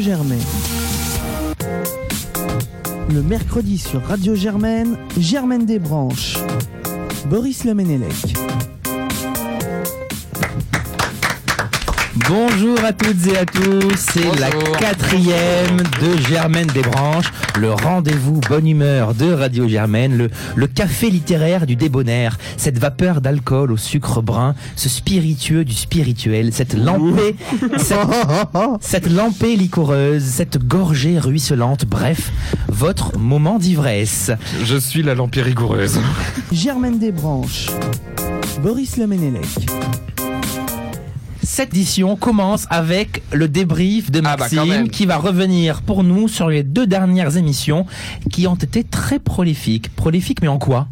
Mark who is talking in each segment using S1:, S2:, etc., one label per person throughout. S1: Germain. Le mercredi sur Radio Germaine, Germaine Desbranches, Boris Leménélec.
S2: Bonjour à toutes et à tous, c'est la quatrième de Germaine des Branches, le rendez-vous bonne humeur de Radio Germaine, le, le café littéraire du débonnaire, cette vapeur d'alcool au sucre brun, ce spiritueux du spirituel, cette lampée, cette, cette lampée liquoreuse, cette gorgée ruisselante, bref, votre moment d'ivresse.
S3: Je suis la lampée rigoureuse.
S1: Germaine Desbranches, Boris Leménélec.
S2: Cette édition commence avec le débrief de
S3: Ah bah,
S2: Maxime
S3: quand même.
S2: qui va revenir pour nous sur les deux dernières émissions qui ont été très prolifiques. Prolifiques mais en quoi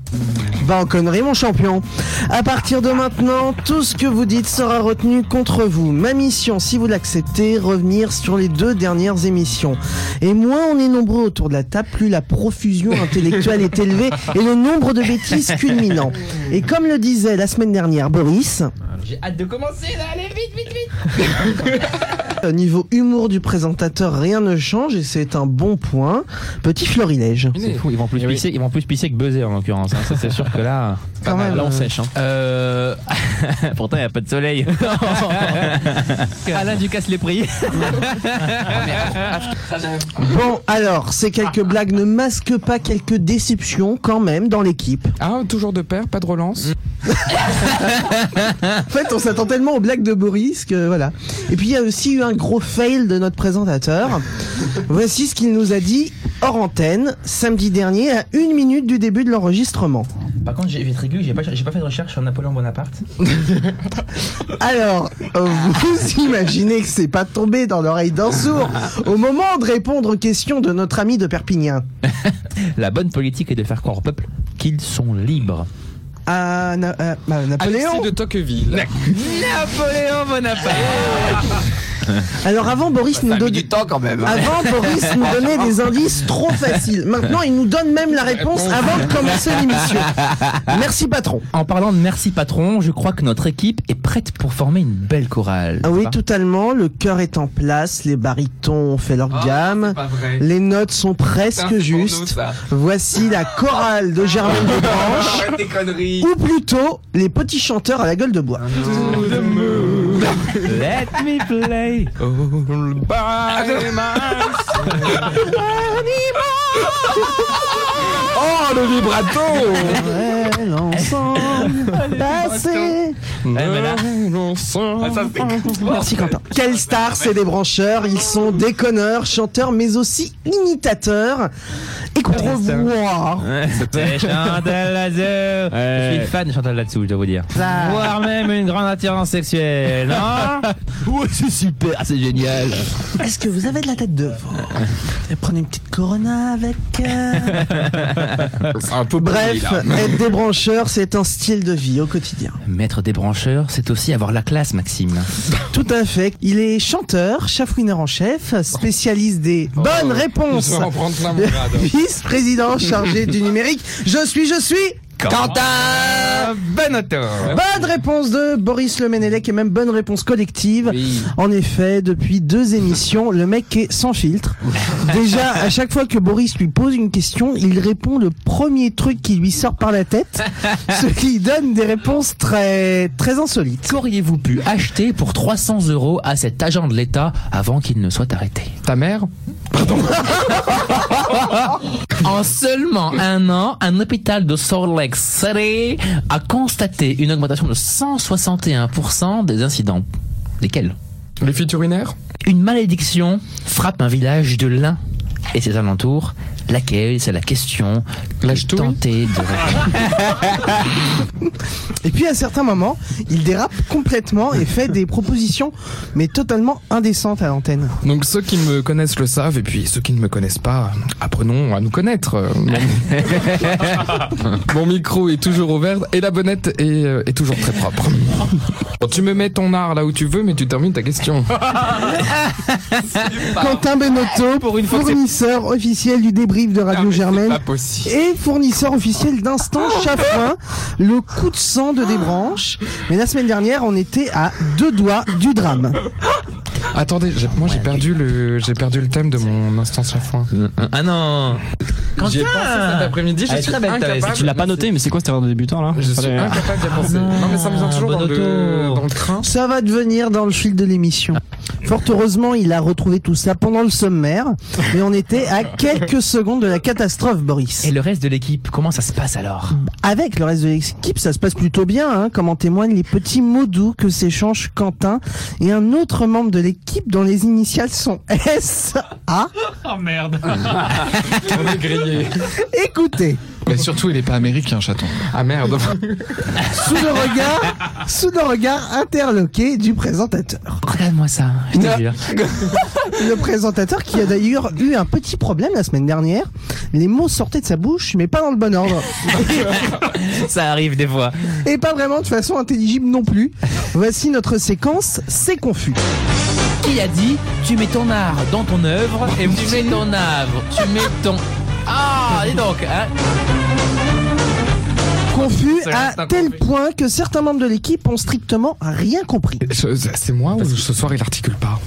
S4: Bah en connerie mon champion. À partir de maintenant, tout ce que vous dites sera retenu contre vous. Ma mission, si vous l'acceptez, revenir sur les deux dernières émissions. Et moins on est nombreux autour de la table, plus la profusion intellectuelle est élevée et le nombre de bêtises culminant. Et comme le disait la semaine dernière Boris,
S2: J'ai hâte de commencer là, allez vite, vite, vite
S4: au niveau humour du présentateur, rien ne change et c'est un bon point. Petit florilège.
S2: C'est fou, ils vont
S5: Eh
S2: plus, pisser, ils vont plus pisser que buzzer en l'occurrence. hein. Ça c'est sûr que là,
S4: Quand même,
S2: là on
S4: euh,
S2: sèche. hein.
S5: Euh... Pourtant, il n'y a pas de soleil. Alain Ducasse les prix.
S4: Bon alors, ces
S3: Ah.
S4: quelques blagues ne masquent pas quelques déceptions quand même dans l'équipe. Mm.
S3: Ah, toujours de pair, pas de relance.
S4: En fait, on s'attend tellement aux blagues de Boris que voilà. Et puis il y a aussi eu un gros fail de notre présentateur. Voici ce qu'il nous a dit hors antenne samedi dernier à une minute du début de l'enregistrement.
S6: Par contre, j'ai vite aigu, j'ai pas, j'ai pas fait de recherche sur Napoléon Bonaparte.
S4: Alors, euh, vous imaginez que c'est pas tombé dans l'oreille d'un sourd au moment de répondre aux questions de notre ami de Perpignan.
S2: La bonne politique est de faire croire au peuple qu'ils sont libres.
S4: Ah, Na- euh, bah, Napoléon.
S3: Alexis de Tocqueville.
S5: Napoléon Bonaparte.
S4: Alors avant Boris nous donnait
S5: temps quand même.
S4: avant Boris nous donnait des indices trop faciles. Maintenant, il nous donne même la réponse avant de commencer l'émission. Merci patron.
S2: En parlant de merci patron, je crois que notre équipe est prête pour former une belle chorale.
S4: Ah oui,
S2: Ça va
S4: totalement. Le cœur est en place, les barytons ont fait leur gamme,
S3: Ah, Pas vrai.
S4: les notes sont presque justes. Voici la chorale de Germaine Desbranches,
S3: Arrête tes conneries.
S4: ou plutôt les petits chanteurs à la gueule de bois.
S2: Let me play.
S3: Ah, Oh, le vibrato
S4: Ouais, ensemble, passé.
S2: Eh,
S3: Ah,
S4: Merci Quentin. Quelle star, c'est des brancheurs. Ils sont déconneurs, chanteurs, mais aussi imitateurs. Écoutez-moi.
S2: C'était Chantal Latsou. Je suis fan de Chantal Latsou, je dois vous dire.
S4: Ah. Bah,
S2: Voire même une grande attirance sexuelle, non Ouais, c'est super, c'est génial.
S4: Est-ce que vous avez de la tête de veau Prenez une petite Corona avec. euh,
S3: Un peu
S4: Bref, être débrancheur, c'est un style de vie au quotidien.
S2: Maître des brancheurs, c'est aussi avoir la classe, Maxime.
S4: Tout à fait. Il est chanteur, chafouineur en chef, spécialiste des
S3: Oh,
S4: bonnes réponses.
S3: On prend plein mon grade.
S4: Vice-président chargé du numérique. Je suis, je suis.
S3: Quentin Bonotto
S4: Bonne réponse de Boris Leménélec et même bonne réponse collective. En effet, depuis deux émissions, le mec est sans filtre. Déjà, à chaque fois que Boris lui pose une question, il répond le premier truc qui lui sort par la tête, ce qui donne des réponses très, très insolites.
S2: Qu'auriez-vous pu acheter pour 300 euros à cet agent de l'État avant qu'il ne soit arrêté
S3: Ta mère
S2: En seulement un an, un hôpital de Salt Lake City a constaté une augmentation de 161% des incidents. Lesquels
S3: Les fuites urinaires
S2: Une malédiction frappe un village de l'Ain et ses alentours. Laquelle C'est la question que
S3: La ch'touille
S2: tentez de répondre.
S4: Et puis à certains moments, il dérape complètement et fait des propositions, mais totalement indécentes à l'antenne.
S3: Donc ceux qui me connaissent le savent, et puis ceux qui ne me connaissent pas, apprenons à nous connaître. Euh, Mon, Mon micro est toujours ouvert, et la bonnette est, euh, est toujours très propre. Bon, tu me mets ton art là où tu veux, mais tu termines ta question.
S4: Quentin Benotto, fournisseur officiel du débrief de
S3: Ah,
S4: Radio
S3: mais C'est
S4: Germaine
S3: pas possible.
S4: et fournisseur officiel d'Instant Chafouin, le coup de sang de débranche. Mais la semaine dernière, on était à deux doigts du drame.
S3: Attendez, j'ai- moi j'ai perdu le j'ai perdu le thème de mon instance à foin.
S2: Ah non
S3: J'ai pensé cet après-midi, je
S2: Elle est
S3: suis
S2: très belle, ta veste.
S3: incapable.
S5: Tu l'as pas noté, mais c'est quoi cette erreur de débutant là
S3: Je suis
S5: Fallait-
S3: incapable d'y penser. Ah,
S2: non,
S3: Non mais ça me vient toujours
S2: bon
S3: dans le
S2: auto.
S3: dans le train.
S4: Ça va devenir dans le fil de l'émission. Fort heureusement, il a retrouvé tout ça pendant le sommaire, mais on était à quelques secondes de la catastrophe, Boris.
S2: Et le reste de l'équipe, comment ça se passe alors
S4: Avec le reste de l'équipe, ça se passe plutôt bien, hein, comme en témoignent les petits mots doux que s'échangent Quentin et un autre membre de l'équipe dont les initiales sont S.A.
S3: On est grillé.
S4: Écoutez,
S7: Mais surtout, il est pas américain, chaton.
S3: Ah merde.
S4: sous le regard, sous le regard interloqué du présentateur.
S2: Regarde-moi ça, je te jure.
S4: Le présentateur qui a d'ailleurs eu un petit problème la semaine dernière. Les mots sortaient de sa bouche, mais pas dans le bon ordre.
S2: Ça arrive des fois.
S4: Et pas vraiment de façon intelligible non plus. Voici notre séquence, c'est confus.
S2: Qui a dit tu mets ton art dans ton œuvre et tu mets ton œuvre, tu mets ton. Ah, dis donc, hein
S4: confus
S3: Ça reste
S4: à tel point que certains membres de l'équipe ont strictement rien compris
S3: Je- C'est moi ou ce soir il articule pas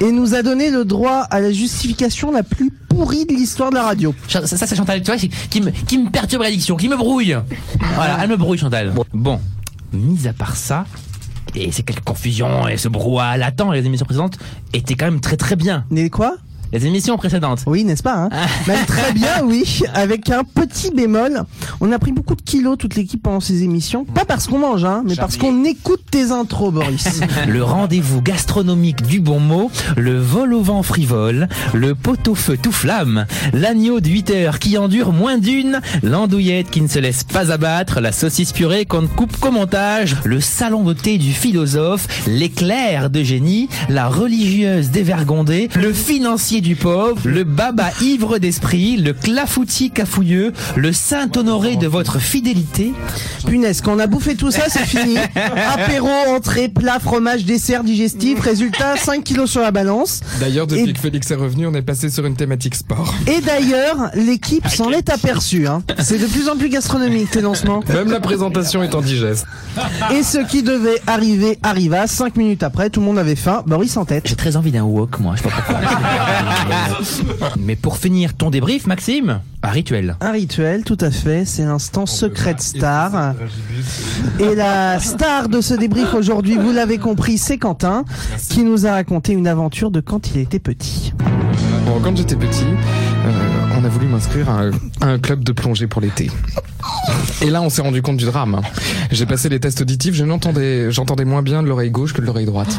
S4: et nous a donné le droit à la justification la plus pourrie de l'histoire de la radio.
S2: Ch- Ça, ça, c'est Chantal, tu vois, c'est- qui me, qui me perturbe la diction, qui me brouille. Voilà, elle me brouille, Chantal. Bon, mis à part ça, et ces quelques confusions et ce brouhaha latent, les émissions précédentes étaient quand même très très bien.
S4: Mais quoi
S2: Les émissions précédentes.
S4: Oui, n'est-ce pas hein Même très bien, oui, avec un petit bémol. On a pris beaucoup de kilos toute l'équipe pendant ces émissions, pas parce qu'on mange, hein, mais parce qu'on écoute tes intros, Boris.
S2: Le rendez-vous gastronomique du bon mot, le vol au vent frivole, le pot au feu tout flamme, l'agneau de 8 heures qui endure moins d'une, l'andouillette qui ne se laisse pas abattre, la saucisse purée qu'on ne coupe qu'au montage, le salon de thé du philosophe, l'éclair de génie, la religieuse dévergondée, le financier du pauvre, le baba ivre d'esprit, le clafoutis cafouilleux, le saint honoré de votre fidélité,
S4: Punaise, quand on a bouffé tout ça, c'est fini. Apéro, entrée, plat, fromage, dessert, digestif, résultat, 5 kilos sur la balance.
S3: D'ailleurs, depuis
S4: Et-
S3: que Félix est revenu, on est passé sur une thématique sport.
S4: Et d'ailleurs, l'équipe s'en est aperçue. Hein. C'est de plus en plus gastronomique tes lancements.
S3: Même la présentation est en digeste.
S4: Et ce qui devait arriver arriva. Cinq minutes après, tout le monde avait faim. Boris en tête.
S2: J'ai très envie d'un wok, moi, je sais pas pourquoi. Mais pour finir ton débrief, Maxime, un rituel.
S4: Un rituel, tout à fait. C'est l'instant secret star. Et la star de ce débrief aujourd'hui, vous l'avez compris, c'est Quentin, qui nous a raconté une aventure de quand il était petit.
S3: Bon, quand j'étais petit, euh, on a voulu m'inscrire à, un- à un club de plongée pour l'été. Et là, on s'est rendu compte du drame. hein. J'ai passé les tests auditifs, je n'entendais, j'entendais moins bien de l'oreille gauche que de l'oreille droite.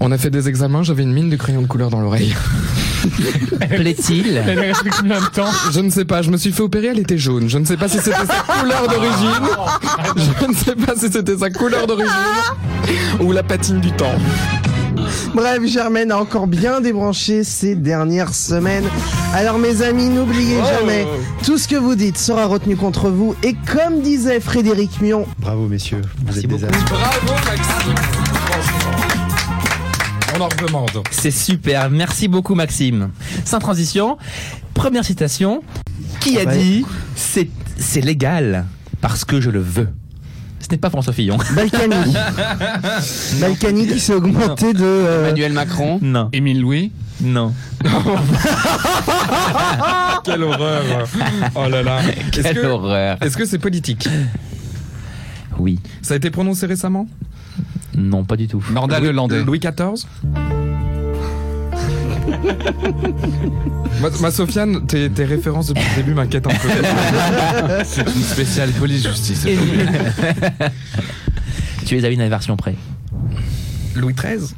S3: On a fait des examens, j'avais une mine de crayon de couleur dans l'oreille.
S2: Plaît-il
S3: Je ne sais pas, je me suis fait opérer, elle était jaune. Je ne sais pas si c'était sa couleur d'origine. Je ne sais pas si c'était sa couleur d'origine ou la patine du temps.
S4: Bref, Germaine a encore bien débranché ces dernières semaines. Alors mes amis,
S3: Oh.
S4: n'oubliez jamais, tout ce que vous dites sera retenu contre vous. Et comme disait Frédéric Mion,
S8: Bravo messieurs, vous êtes des as.
S3: Bravo Maxime On en redemande.
S2: C'est super, merci beaucoup, Maxime. Sans transition, première citation. Qui a dit c'est, c'est légal parce que je le veux Ce n'est pas François Fillon.
S4: Balkany. Balkany qui s'est augmenté de... euh,
S5: Emmanuel Macron.
S2: Non,
S8: Émile Louis
S2: non.
S3: Quelle horreur Oh là là Est-ce
S2: Quelle
S3: que
S2: horreur.
S3: est-ce que c'est politique
S2: Oui,
S3: Ça a été prononcé récemment
S2: non, pas du tout.
S7: Nordal le Landais.
S3: Louis XIV ma, ma Sofiane, tes, tes références depuis le début m'inquiètent un peu.
S7: Une spéciale police justice.
S2: Tu les as une version près.
S3: Louis XIII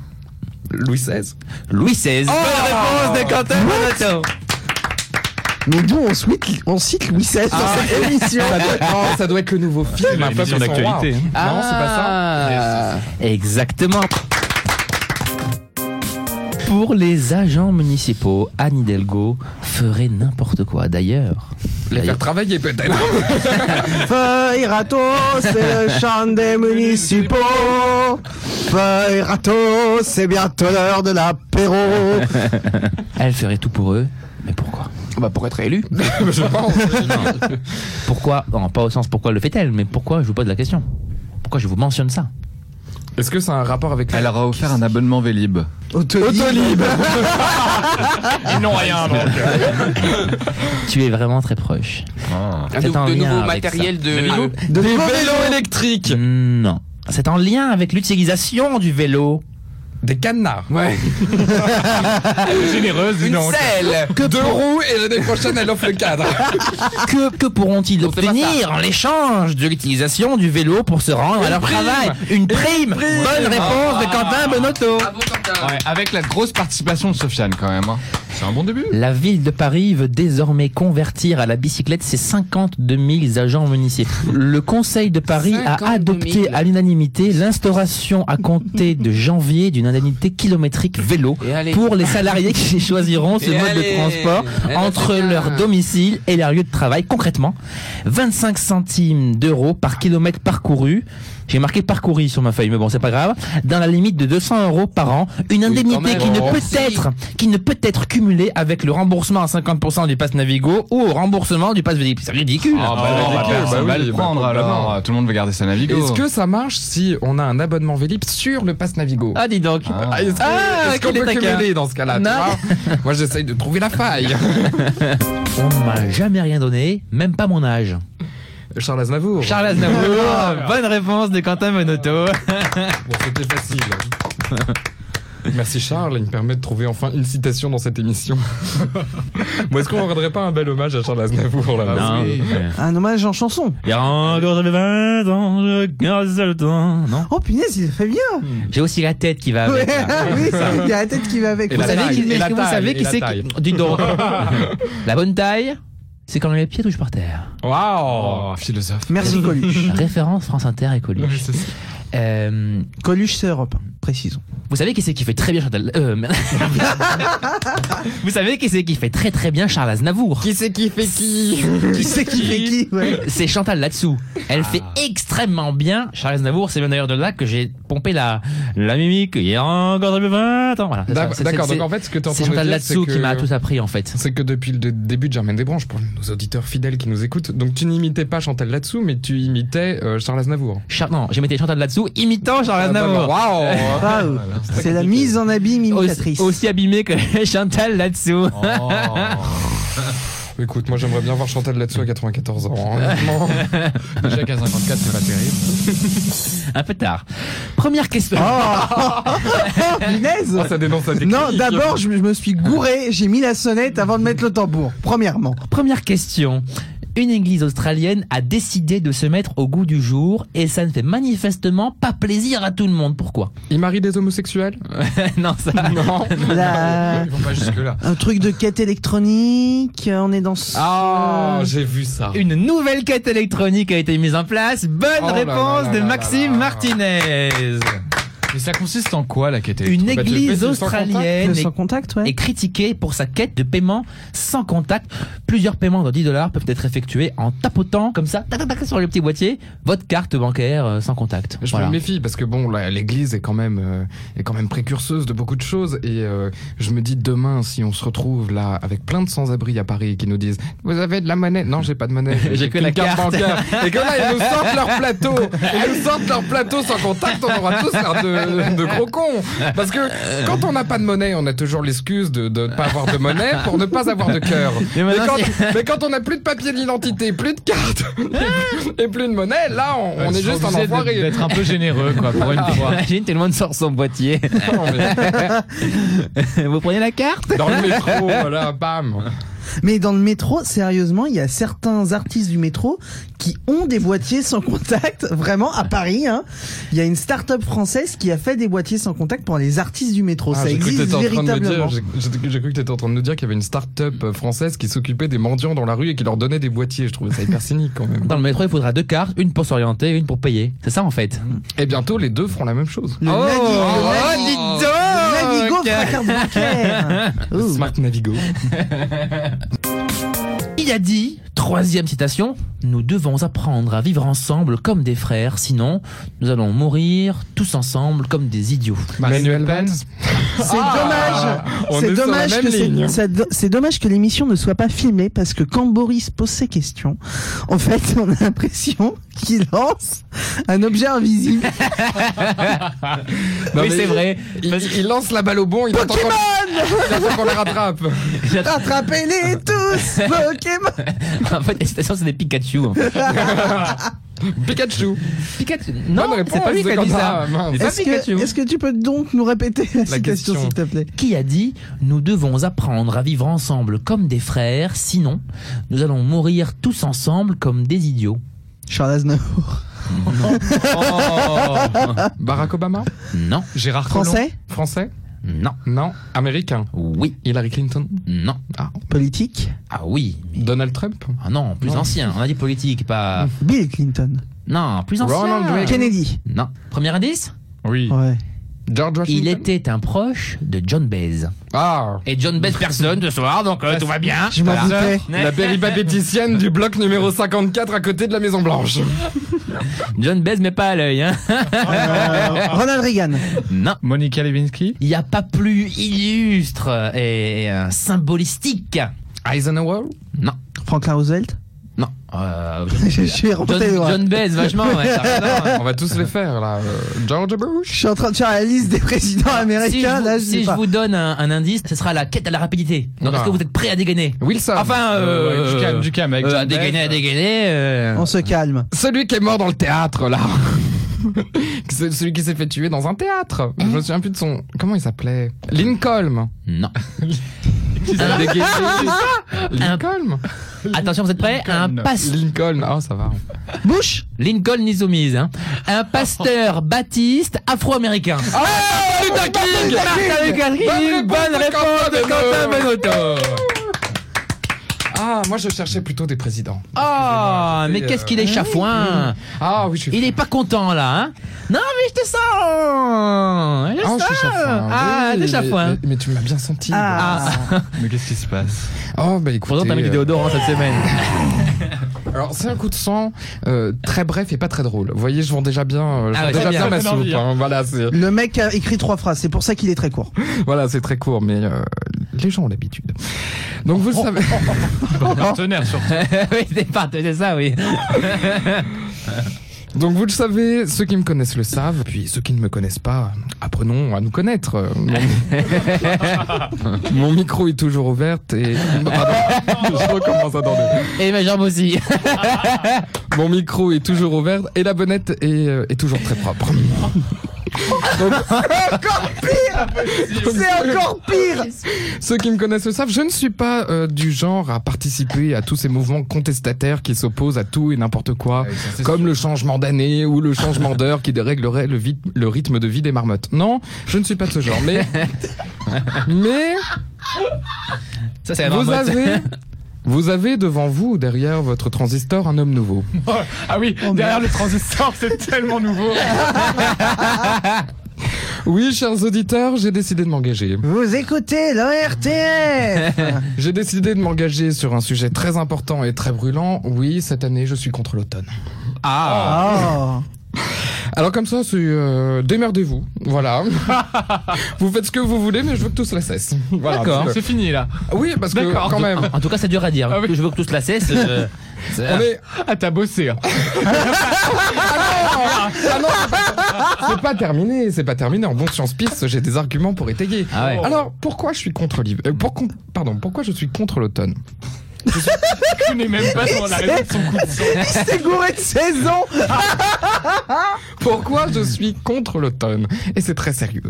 S3: Louis XVI
S2: Louis XVI. Bonne réponse de Quentin Bonotto.
S4: Mais d'où on cite, on cite Louis XVI dans
S3: Ah.
S4: cette émission
S3: ça doit, être, oh, ça doit être le nouveau film. Un peuple
S8: l'émission
S3: sans
S8: d'actualité,
S3: roi. Non, c'est pas ça.
S5: Ah.
S2: Exactement. Pour les agents municipaux, Anne Hidalgo ferait n'importe quoi. D'ailleurs,
S3: Les faire
S2: d'ailleurs,
S3: travailler peut-être.
S4: Feuille râteau, c'est le chant des municipaux. Feuille râteau, c'est bientôt l'heure de l'apéro.
S2: elle ferait tout pour eux. Mais pourquoi
S5: Bah pour être élu.
S3: Je pense.
S2: Pourquoi Non, pas au sens pourquoi le fait-elle, mais pourquoi je vous pose la question Pourquoi je vous mentionne ça
S3: Est-ce que ça a un rapport avec la...
S7: Elle leur a offert un abonnement Vélib.
S4: Autolib.
S7: Ils n'ont rien,
S2: Tu es vraiment très proche.
S6: Ah,
S2: C'est
S6: donc,
S2: en
S6: de
S2: lien
S6: nouveaux
S2: avec
S6: matériels de.
S3: Des vélos électriques
S2: Non. C'est en lien avec l'utilisation du vélo.
S3: Des canards
S7: Ouais.
S3: Généreuse,
S6: Une selle
S2: Que,
S3: Deux
S2: pour-
S3: roues et l'année prochaine, elle offre le cadre.
S2: que, que pourront-ils
S6: Donc, c'est pas
S2: obtenir en l'échange de l'utilisation du vélo pour se rendre à leur travail Une prime. Bonne réponse de Quentin Bonotto.
S7: Ouais, avec la grosse participation de Sofiane quand même. hein. C'est un bon début.
S2: La ville de Paris veut désormais convertir à la bicyclette ses 52 000 agents municipaux. Le Conseil de Paris a
S9: 52
S2: adopté
S9: 000.
S2: à l'unanimité l'instauration à compter de janvier d'une indemnité kilométrique vélo
S6: Et allez.
S2: pour les salariés qui choisiront ce
S6: Et
S2: mode
S6: allez.
S2: de transport
S6: Eh ben,
S2: entre
S6: c'est bien.
S2: leur domicile et leur lieu de travail. Concrètement, 25 centimes d'euros par kilomètre parcouru. J'ai marqué parcouru sur ma feuille, mais bon, c'est pas grave. Dans la limite de 200 euros par an, une indemnité
S6: même.
S2: qui ne
S6: Oh.
S2: peut être, qui ne peut être cumulée avec le remboursement à 50% du pass Navigo ou au remboursement du pass Vélib. C'est ridicule.
S7: Ah, bah,
S3: bah,
S7: non, bah,
S3: bah,
S7: personne
S3: bah,
S7: va
S3: oui,
S7: le
S3: bah,
S7: prendre
S3: complètement.
S7: alors. Tout le monde va garder sa Navigo.
S3: Est-ce que ça marche si on a un abonnement Vélib sur le pass Navigo
S2: Ah, dis donc.
S7: Ah.
S3: bah. Est-ce que-
S2: Ah,
S3: est-ce qu'on
S2: qu'il est
S3: peut
S2: taquin.
S3: cumuler dans ce cas-là tu
S2: Non.
S3: vois Moi, j'essaye de trouver la faille.
S2: On ne m'a jamais rien donné, même pas mon âge.
S3: Charles Aznavour. Ah, bah,
S2: Charles Aznavour, Ah, bah. bonne réponse de Quentin Monotto.
S3: Bon, c'était facile. hein. Merci Charles, il me permet de trouver enfin une citation dans cette émission. Moi, est-ce qu'on ne rendrait pas un bel hommage à Charles Aznavour là
S2: Non.
S4: Un hommage en chanson.
S2: Il y a encore j'avais 20 ans, je regarde ça le temps. Non
S4: Oh punaise, il fait bien.
S2: J'ai aussi la tête qui va
S3: Ah
S2: avec.
S4: Ouais, oui, il y a la tête qui va avec.
S3: Et
S2: Vous
S3: la
S2: savez
S3: taille,
S2: qui,
S3: et
S2: est-ce
S3: la
S2: que vous
S3: taille,
S2: savez
S3: et
S2: qui
S3: la
S2: c'est
S3: taille.
S2: qui- Dis donc. la bonne taille, c'est quand mes pieds touchent par terre.
S3: Waouh
S7: Oh, philosophe.
S4: Merci Coluche.
S2: Référence France Inter et Coluche. Euh,
S4: Coluche, c'est Europe, précisons.
S2: vous savez qui c'est qui fait très bien Charles euh, merde. Vous savez qui c'est qui fait très très bien Charles Aznavour
S3: Qui c'est qui fait qui
S4: Qui c'est qui fait qui ouais.
S2: C'est Chantal là-dessous. Elle fait
S3: Ah.
S2: extrêmement bien Charles Aznavour. C'est bien d'ailleurs de là que j'ai pompé la, la mimique il y a encore 20 ans. Voilà, c'est ça.
S3: D'ac-
S2: C'est-
S3: D'accord,
S2: c'est-
S3: donc en fait, ce que tu
S2: C'est
S3: entends
S2: Chantal
S3: dire, c'est
S2: là-dessous
S3: que...
S2: qui m'a tout appris en fait.
S3: C'est que depuis le dé- début de Germaine Desbranches, pour nos auditeurs fidèles qui nous écoutent, donc tu n'imitais pas Chantal là-dessous, mais tu imitais euh, Charles Aznavour. Ah, bah,
S2: Char- non, j'ai mis Chantal là-dessous imitant Charles Aznavour.
S3: Waouh
S4: Waouh. c'est la mise en abîme imitatrice.
S2: Aussi, aussi abîmé que Chantal là-dessous.
S3: Oh. bah. Écoute, moi j'aimerais bien voir Chantal là-dessous à 94 ans. hein, honnêtement.
S7: Déjà qu'à 54, c'est pas terrible.
S2: Un peu tard. Première question. oh,
S4: Oh. Punaise.
S3: Ah, ça dénonce la technique.
S4: Non, d'abord, je, me- je me suis gouré, j'ai mis la sonnette avant de mettre le tambour, premièrement.
S2: Première question. Une église australienne a décidé de se mettre au goût du jour et ça ne fait manifestement pas plaisir à tout le monde. Pourquoi
S3: Il marie des homosexuels
S2: Non, ça.
S3: Non.
S4: La-
S7: Ils vont Euh, pas jusque-là.
S4: Un truc de quête électronique, euh, on est dans ce...
S3: Ah, j'ai vu ça.
S2: Une nouvelle quête électronique a été mise en place. Bonne
S3: Oh là
S2: réponse
S3: là là
S2: de
S3: là
S2: Maxime
S3: là.
S2: Martinez.
S7: Mais ça consiste en quoi la quête
S2: Une
S3: bah, tu le fais,
S2: église
S3: tu le sens
S2: australienne
S4: Le
S2: est
S4: sans contact, ouais.
S2: est critiquée pour sa quête de paiement sans contact. Plusieurs paiements de 10 dollars peuvent être effectués en tapotant comme ça, tac, tac, tac, sur le petit boîtier, votre carte bancaire euh, sans contact.
S3: Je
S2: Voilà.
S3: me méfie parce que bon, la- l'Église est quand même euh, est quand même précurseuse de beaucoup de choses et euh, je me dis demain si on se retrouve là avec plein de sans-abri à Paris qui nous disent vous avez de la monnaie Non, j'ai pas de monnaie.
S2: J'ai que
S3: qu'une
S2: la carte.
S3: bancaire. Et que là ils nous sortent leur plateau, ils nous sortent leur plateau sans contact, on aura tous l'air de, de gros cons. Parce que quand on n'a pas de monnaie, on a toujours l'excuse de de ne pas avoir de monnaie pour ne pas avoir de cœur.
S2: Mais
S3: Mais
S2: maintenant,
S3: quand, mais quand on n'a plus de papier d'identité, plus de carte et plus de monnaie, là on, on est juste un enfoiré.
S7: D'être un peu généreux, quoi, pour une fois.
S2: Imagine, tout le monde sort son boîtier. Vous prenez la carte
S3: Dans le métro, voilà, bam.
S4: Mais dans le métro, sérieusement, il y a certains artistes du métro qui ont des boîtiers sans contact, vraiment, à Paris. Hein. Il y a une start-up française qui a fait des boîtiers sans contact pour les artistes du métro. ça
S3: Ah, j'ai cru que
S4: existe
S3: t'étais en train de me
S4: véritablement.
S3: dire, j'ai- j'ai- j'ai cru que t'étais en train de nous dire qu'il y avait une start-up française qui s'occupait des mendiants dans la rue et qui leur donnait des boîtiers. Je trouvais ça hyper cynique quand même.
S2: Dans le métro, il faudra deux cartes, une pour s'orienter, une pour payer. C'est ça en fait.
S3: Et bientôt, les deux feront la même chose.
S4: Le Navigo, le Navi- le Ah, Navigo
S2: Ah, ok.
S4: fera carte bancaire. Oh.
S3: Smart Navigo.
S2: Il a dit, troisième citation, nous devons apprendre à vivre ensemble comme des
S3: Bah,
S2: frères, sinon nous allons mourir tous ensemble comme des idiots.
S3: Manuel Valls.
S4: C'est dommage.
S3: Ah, On
S4: C'est
S3: est sur la
S4: dommage
S3: même
S4: que c'est-
S3: ligne.
S4: ça do- c'est dommage que l'émission ne soit pas filmée parce que quand Boris pose ses questions, en fait, on a l'impression qu'il lance un objet invisible.
S3: Non,
S2: oui,
S3: mais
S2: c'est vrai.
S3: Il, il lance la balle au bon, il attend qu'on il attend qu'on le rattrape.
S4: Attrapez-les tous, Pokémon.
S2: en fait, les citations, c'est des Pikachu. en fait.
S3: Pikachu.
S2: Pikachu. Non,
S3: Bonne réponse,
S2: c'est pas lui qui a dit
S3: Gandalf.
S2: ça.
S3: Mince.
S2: C'est pas
S4: Est-ce que,
S2: Pikachu.
S4: est-ce que tu peux donc nous répéter la, citation,
S3: question.
S4: s'il te plaît
S2: Qui a dit Nous devons apprendre à vivre ensemble comme des frères, sinon nous allons mourir tous ensemble comme des idiots.
S4: Charles Aznavour.
S3: Barack Obama
S2: Non,
S3: Oh. Gérard Collomb
S4: Français
S3: Français
S2: non,
S3: Non. Américain
S2: oui,
S3: Hillary Clinton
S2: non.
S4: Politique
S2: Ah oui, mais-
S3: Donald Trump
S2: ah non, plus ancien. On a dit politique, pas.
S4: Bill Clinton.
S2: Non, plus ancien.
S3: Ronald Reagan.
S4: Kennedy.
S2: Non. Premier indice
S3: Oui.
S4: Ouais.
S3: George Washington
S2: Il était un proche de John Baez.
S3: Ah
S2: Et John Baez, personne ce soir, donc euh, tout va bien.
S4: Je m'en doutais.
S3: La péripathéticienne du bloc numéro 54 à côté de la Maison Blanche.
S2: John Baez, mais pas à l'œil, hein.
S4: Euh, Ronald Reagan.
S2: Non.
S7: Monica Lewinsky
S2: Il n'y a pas plus illustre et euh, symbolistique.
S3: Eisenhower
S2: Non,
S4: Franklin Roosevelt.
S2: non. Euh,
S4: Je suis
S2: John,
S4: remonté les doigts.
S2: John Baez, vachement. ouais, ça va, non, hein.
S3: On va tous les faire là. Euh, George
S4: Je
S3: Bush
S4: suis en train de faire la liste des présidents américains.
S2: Si je, vous,
S4: hein, là, je
S2: si
S4: sais
S2: je
S4: pas.
S2: vous donne un, un indice, ce sera la quête à la rapidité. Donc,
S3: Non.
S2: est-ce que vous êtes prêt à dégainer
S3: Wilson
S2: Enfin, Ah. euh,
S7: Du calme, du calme. Avec
S2: euh,
S7: John
S2: à dégainer,
S7: Baez.
S2: à dégainer. euh,
S4: On se calme.
S3: Celui qui est mort dans le théâtre là. C'est Celui qui s'est fait tuer dans un théâtre. Je me souviens plus de son. Comment il s'appelait Lincoln.
S2: Non.
S3: Un dégainé.
S2: Un-
S3: Lincoln.
S2: Attention, vous êtes prêts Un passe.
S3: Lincoln. Ah ça va.
S4: Bush.
S2: Lincoln ni soumise. Hein. Un pasteur baptiste afro-américain.
S3: Ah, Luther King.
S2: Martin Luther King, bonne réponse de Quentin Benotto.
S3: Ah moi je cherchais plutôt des présidents.
S2: Oh, mais qu'est-ce qu'il est chafouin
S3: Ah euh. oui je suis.
S2: Il est pas content là, hein Non, mais je te sens Je
S3: Ah, je suis
S2: sens.
S3: chafouin.
S2: Ah,
S3: Oui,
S2: t'es
S3: mais-
S2: chafouin. Ah.
S3: Mais, mais tu m'as bien senti.
S7: Mais qu'est-ce qui se passe
S3: Oh, bah écoutez.
S2: Pourtant, t'as mis du
S3: euh,
S2: déodorant cette semaine.
S3: Alors, c'est un coup de sang euh, très bref et pas très drôle. Vous voyez, je vends déjà bien, euh, je
S2: Ah
S3: vends
S2: ouais,
S3: déjà
S2: c'est
S3: bien
S2: bien.
S3: ma
S7: Ça donne
S3: soupe.
S7: envie, hein.
S3: hein. Voilà, c'est
S4: Le mec a écrit trois phrases. C'est pour ça qu'il est très court.
S3: voilà, c'est très court, mais euh, les gens ont l'habitude. Donc,
S2: Oh.
S3: vous le savez.
S7: Partenaire sur
S2: oui, t'es pas, c'est ça, oui.
S3: Donc vous le savez, ceux qui me connaissent le savent, puis ceux qui ne me connaissent pas, apprenons à nous connaître. Euh, Mon, Mon micro est toujours ouvert et... Pardon, je recommence, attendez.
S2: Et ma jambe aussi.
S3: Mon micro est toujours ouvert et la bonnette est, euh, est toujours très propre.
S4: C'est encore pire.
S3: Ceux qui me connaissent le savent, je ne suis pas euh, du genre à participer à tous ces mouvements contestataires qui s'opposent à tout et n'importe quoi, comme le changement d'année ou le changement d'heure qui déréglerait le, vit- le rythme de vie des marmottes. Non, je ne suis pas de ce genre, mais... mais...
S2: Ça, c'est la
S3: vous
S2: Eh, marmotte.
S3: avez, vous avez devant vous, ou derrière votre transistor, un homme nouveau.
S7: Ah oui,
S3: Oh,
S7: derrière le transistor, c'est tellement nouveau.
S3: Oui, chers auditeurs, j'ai décidé de m'engager.
S4: Vous écoutez l'ORTF.
S3: J'ai décidé de m'engager sur un sujet très important et très brûlant. Oui, cette année, je suis contre l'automne.
S2: Ah,
S4: Oh.
S3: Alors comme ça, c'est euh, démerdez-vous. Voilà. vous faites ce que vous voulez, mais je veux que tout cela cesse.
S7: Oh,
S3: Voilà,
S7: D'accord,
S3: parce que-
S7: c'est fini là.
S3: Oui, parce que
S7: D'accord.
S3: quand même.
S2: En tout cas, c'est dur à dire.
S7: Ah oui.
S2: Je veux que tous la cesse. euh, c'est-
S3: On est... Ah
S7: Ah, t'as bossé. hein.
S3: C'est pas terminé, c'est pas terminé. En bon science piste, j'ai des arguments pour étayer.
S2: Ah
S7: Oh,
S2: ouais.
S3: Alors pourquoi je suis contre l'hiver euh, pour con- Pardon, pourquoi je suis contre l'automne
S7: Tu n'es même pas dans la raison de son coup de sang.
S4: Il s'est gouré de 16 ans.
S3: Pourquoi je suis contre l'automne Et c'est très sérieux.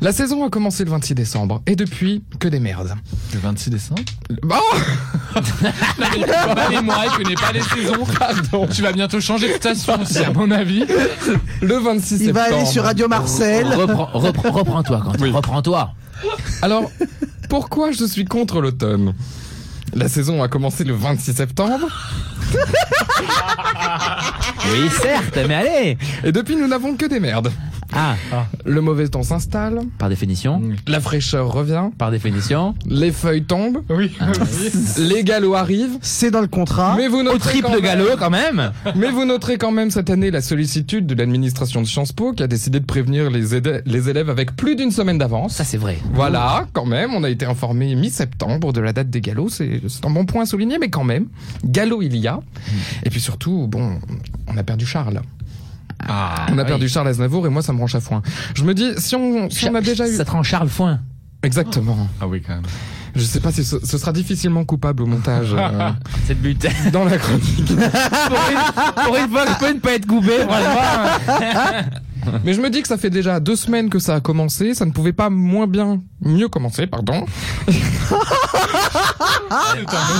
S3: La saison a commencé le 26 décembre et depuis que des merdes.
S7: Le 26 décembre
S3: Bon,
S7: Pas les mois, tu n'es pas les saisons. Pardon. Tu vas bientôt changer de station, c'est à mon avis.
S3: le 26
S4: Il va
S3: septembre.
S4: aller sur Radio Marcel.
S2: Reprends, reprends- reprends-toi, Quentin. Reprends-toi.
S3: Alors pourquoi je suis contre l'automne La saison a commencé le 26 septembre
S2: Oui, certes, mais allez.
S3: et depuis nous n'avons que des merdes.
S2: Ah,
S3: Le mauvais temps s'installe,
S2: par définition.
S7: Mm.
S3: la fraîcheur revient,
S2: Par définition.
S3: les feuilles tombent,
S7: Oui.
S3: les galops arrivent.
S4: C'est dans le contrat.
S3: Mais vous,
S2: Ah, Au
S3: noterez quand
S2: triple
S3: même-
S2: galop quand même
S3: mais vous noterez quand même cette année la sollicitude de l'administration de Sciences Po qui a décidé de prévenir les, aide- les élèves avec plus d'une semaine d'avance.
S2: Ça c'est vrai.
S3: Voilà, quand même, on a été informé mi-septembre de la date des galops, c'est c'est un bon point à souligner, mais quand même, galop il y a. Et puis surtout, bon, on a perdu Charles.
S2: Ah,
S3: On a perdu Charles Aznavour et moi ça me branche à foin. Je me dis, si on, si on a déjà eu...
S2: Ça te rend Charles Foin.
S3: Exactement.
S7: Ah oui, quand même.
S3: Je sais pas si ce, ce sera difficilement coupable au montage euh,
S2: Cette but.
S3: dans la chronique.
S2: pour, une, pour une fois que je peux ne pas être coupé, franchement.
S3: Mais je me dis que ça fait déjà deux semaines que ça a commencé, ça ne pouvait pas moins bien, mieux commencer, pardon.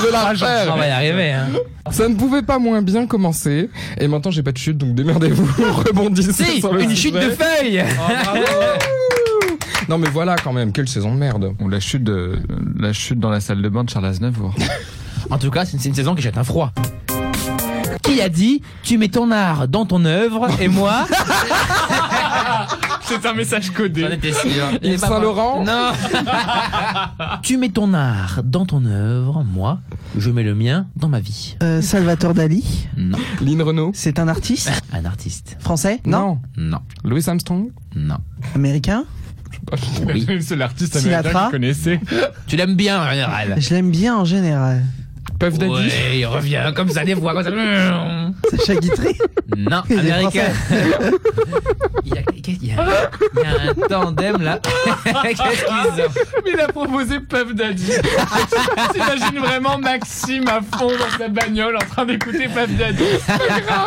S3: Je la
S2: Ah,
S3: refais.
S2: On va y arriver. Hein.
S3: Ça ne pouvait pas moins bien commencer. Et maintenant, j'ai pas de chute, donc démerdez-vous, rebondissez
S2: Si,
S3: sur le
S2: une
S3: sujet.
S2: chute de feuilles
S3: Non mais voilà quand même, quelle saison de merde.
S7: On la chute, de, la chute dans la salle de bain de Charles Aznavour.
S2: En tout cas, c'est une, c'est une saison qui jette un froid. Qui a dit tu mets ton art dans ton œuvre et moi
S7: C'est un message
S2: J'en
S7: codé.
S2: étais sûr.
S3: Yves Saint-Laurent
S2: Non Tu mets ton art dans ton œuvre, moi, je mets le mien dans ma vie.
S4: Euh, Salvatore Dali,
S2: Non.
S3: Lynn Renault
S4: c'est un artiste
S2: Un artiste
S4: français Non.
S2: Non.
S3: Louis Armstrong
S2: Non.
S4: Américain
S2: Oui.
S7: C'est le seul artiste
S4: Sinatra
S7: américain que je connaissais.
S2: Tu l'aimes bien en général
S4: Je l'aime bien en général.
S3: Puff Daddy
S2: Ouais, il revient comme ça des fois, comme ça.
S4: Sacha Guitry
S2: Non,
S4: Il est
S2: américain. il, y a, qu'est-ce qu'il y a Il y a un tandem là. Qu'est-ce qu'ils ont
S7: Il a proposé Puff Daddy. T'imagines vraiment Maxime à fond dans sa bagnole en train d'écouter Puff Daddy.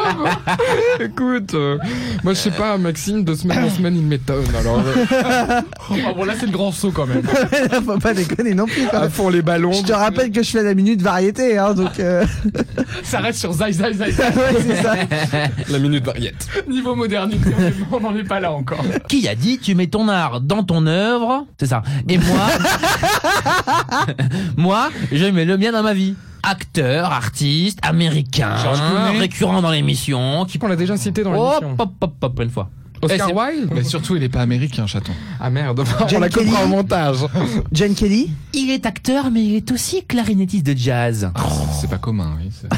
S3: Écoute, euh, moi je sais pas, Maxime, de semaine en semaine, il m'étonne. Alors, euh,
S7: Oh, bon, là, c'est le grand saut quand même.
S4: Là, Faut pas déconner non plus. quand
S3: à
S4: même.
S3: fond les ballons.
S4: Je te rappelle que je fais la minute variété, hein, donc euh,
S7: Ça reste sur Zai Zai Zai.
S4: ouais, c'est ça.
S3: La minute variette.
S7: Niveau modernité, on est- on n'en est pas là encore.
S2: Qui a dit tu mets ton art dans ton œuvre C'est ça. Et moi, moi, je mets le mien dans ma vie. Acteur, artiste, américain,
S7: George Clooney.
S2: récurrent dans l'émission, qui Oh,
S3: On l'a déjà cité dans
S2: hop,
S3: l'émission.
S2: hop, hop, hop, une fois. Eh,
S3: Oscar
S2: c'est-
S3: Wilde
S7: Mais surtout, il est pas américain, chaton.
S3: Ah merde, on
S4: Jane
S3: la
S4: Kelly
S3: coupera au montage.
S4: John Kelly
S2: Il est acteur, mais il est aussi clarinettiste de jazz.
S7: C'est pas commun, oui. c'est-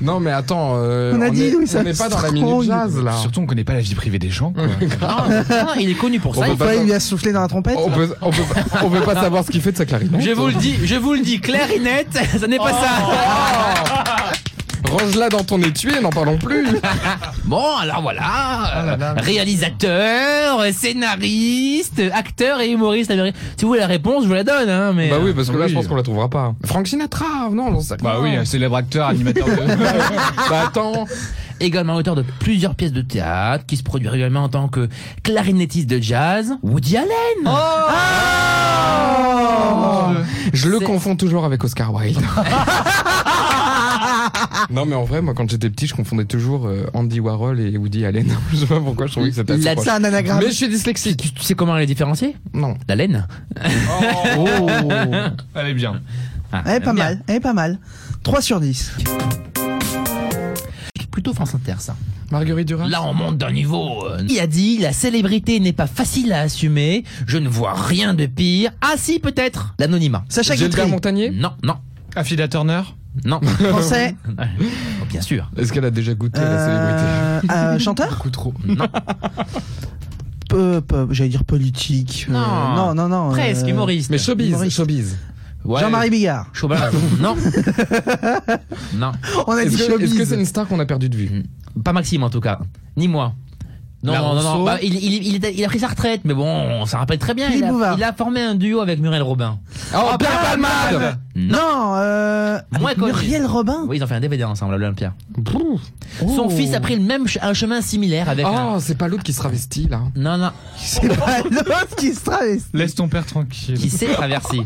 S3: Non mais attends, euh,
S4: On a dit,
S3: est,
S4: oui, ça
S3: on n'est pas dans la minute
S4: strong.
S3: jazz là.
S7: Surtout, on connaît pas la vie privée des gens. quoi.
S2: Ah, ah, il est connu pour
S3: On
S2: ça.
S3: peut
S2: il
S3: pas Oh, bah,
S4: Ouais, il lui a soufflé dans la trompette
S3: On peut, on peut, pas- on peut pas savoir ce qu'il fait de sa clarinette.
S2: Je vous le dis, je vous le dis, clair et net, ça n'est
S3: Oh.
S2: pas ça.
S3: Range-la dans ton étui et n'en parlons plus.
S2: Bon, alors
S3: Ah
S2: voilà, euh, réalisateur, euh, scénariste, euh, acteur et humoriste américain. Si vous voulez la réponse, je vous la donne, hein, mais.
S3: Bah oui,
S2: euh,
S3: parce que là,
S7: oui.
S3: je pense qu'on la trouvera pas. hein, Frank Sinatra, non, j'en sais
S7: Bah oui, un célèbre acteur, animateur de.
S3: Bah attends.
S2: Également auteur de plusieurs pièces de théâtre qui se produit régulièrement en tant que clarinettiste de jazz, Woody Allen.
S3: Oh
S2: Ah
S3: Je le
S2: C'est-
S3: confonds toujours avec Oscar Wilde. Non mais en vrai moi quand j'étais petit je confondais toujours euh, Andy Warhol et Woody Allen. je sais pas pourquoi je trouvais que c'était assez
S2: La-
S3: proche.
S4: C'est un anagramme.
S3: Mais je suis dyslexique.
S2: Tu, tu sais comment les différencier
S3: Non.
S2: La laine.
S7: Elle est bien.
S2: Ah,
S4: Eh, pas
S2: bien.
S4: mal, eh, pas mal. 3 sur 10.
S2: Plutôt France Inter, ça.
S3: Marguerite Duras.
S2: Là, on monte d'un niveau. euh, Il a dit, la célébrité n'est pas facile à assumer. Je ne vois rien de pire. Ah si, peut-être. L'anonymat.
S4: Sacha Guitry,
S3: Gilbert Montagnier.
S2: Non, non,
S7: Affida Turner
S2: non.
S4: français,
S2: Oh, Bien sûr.
S3: Est-ce qu'elle a déjà goûté à la célébrité
S4: euh, euh, chanteur
S3: Beaucoup trop.
S4: Peu- peu- J'allais dire politique. euh, non,
S2: Non.
S4: non, non,
S2: Presque
S4: euh,
S2: humoriste.
S3: Mais showbiz,
S4: Humoriste.
S3: showbiz.
S2: Ouais.
S4: Jean-Marie Bigard.
S2: Chaubard. euh, Non. non.
S4: On a dit
S3: Est-ce que est-ce
S4: showbiz.
S3: que c'est une star qu'on a perdu de vue
S2: Pas Maxime en tout cas. Ni moi. Non,
S7: La
S2: non, non,
S7: Rousseau.
S2: Bah, il, il- il a- il a pris sa retraite, mais bon, on s'en rappelle très bien.
S4: Philippe
S2: Il a,
S4: Bouvard.
S2: il a formé un duo avec Muriel Robin.
S3: Oh, Pierre Palmade
S4: Non, euh,
S2: Moins
S4: avec
S2: connu.
S4: Muriel Robin.
S2: Oui, ils ont fait un DVD ensemble à l'Olympia. Son fils a pris le même ch- un chemin similaire avec. un-
S3: Oh, c'est pas l'autre qui se travestit là.
S2: Non, non,
S4: C'est pas l'autre qui se travestit.
S7: Laisse ton père tranquille.
S2: qui s'est traversé.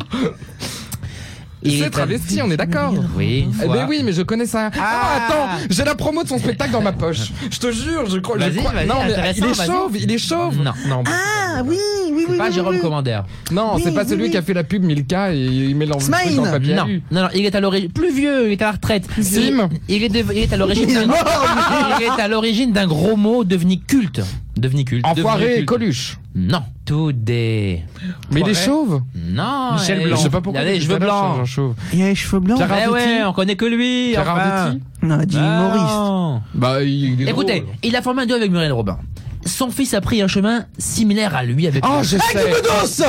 S3: Il s'est travesti, on est d'accord.
S2: Oui, une
S3: Eh
S2: fois.
S3: ben oui, mais je connais ça. Ah, attends, j'ai la promo de son spectacle dans ma poche. Je te jure, je crois. je
S2: Vas-y,
S3: crois-
S2: vas-y,
S3: non, mais il
S2: intéressant,
S3: est
S2: vas-y.
S3: chauve, il est chauve.
S2: Non.
S3: non,
S4: Ah oui, oui, oui.
S2: Pas
S4: oui,
S2: Jérôme
S4: oui.
S2: Commandeur.
S3: non, c'est
S4: Ah, Oui,
S3: pas
S4: oui,
S3: celui
S4: oui.
S3: qui a fait la pub Milka et il met l'envie
S4: Smile.
S3: dans le papier.
S2: Non, non, non, il est à l'origine plus vieux, il est à la retraite.
S3: Sim.
S2: Il, il est, de- il est à l'origine.
S4: Il est
S2: d'un-
S4: mort,
S2: il est à l'origine d'un gros mot devenu culte. Devenu culte.
S3: Enfoiré
S7: Devenir
S3: et Coluche.
S2: Non. Tout des.
S3: Mais il est chauve.
S2: Non.
S7: Michel
S2: eh,
S7: Blanc.
S3: Je sais pas pourquoi.
S2: Il a des
S3: depuis
S2: cheveux
S3: tout à l'heure, je
S2: blancs.
S3: change un chauve.
S4: Il a les cheveux blancs.
S3: Gérard
S2: Eh ouais, on connaît que lui.
S3: Gérard
S2: enfin.
S3: Detti
S4: Non, il a dit humoriste.
S2: Non.
S3: Bah, il, il est
S2: Écoutez,
S3: drôle.
S2: il a formé un duo avec Muriel Robin. Son fils a pris un chemin similaire à lui avec.
S3: Oh, je sais.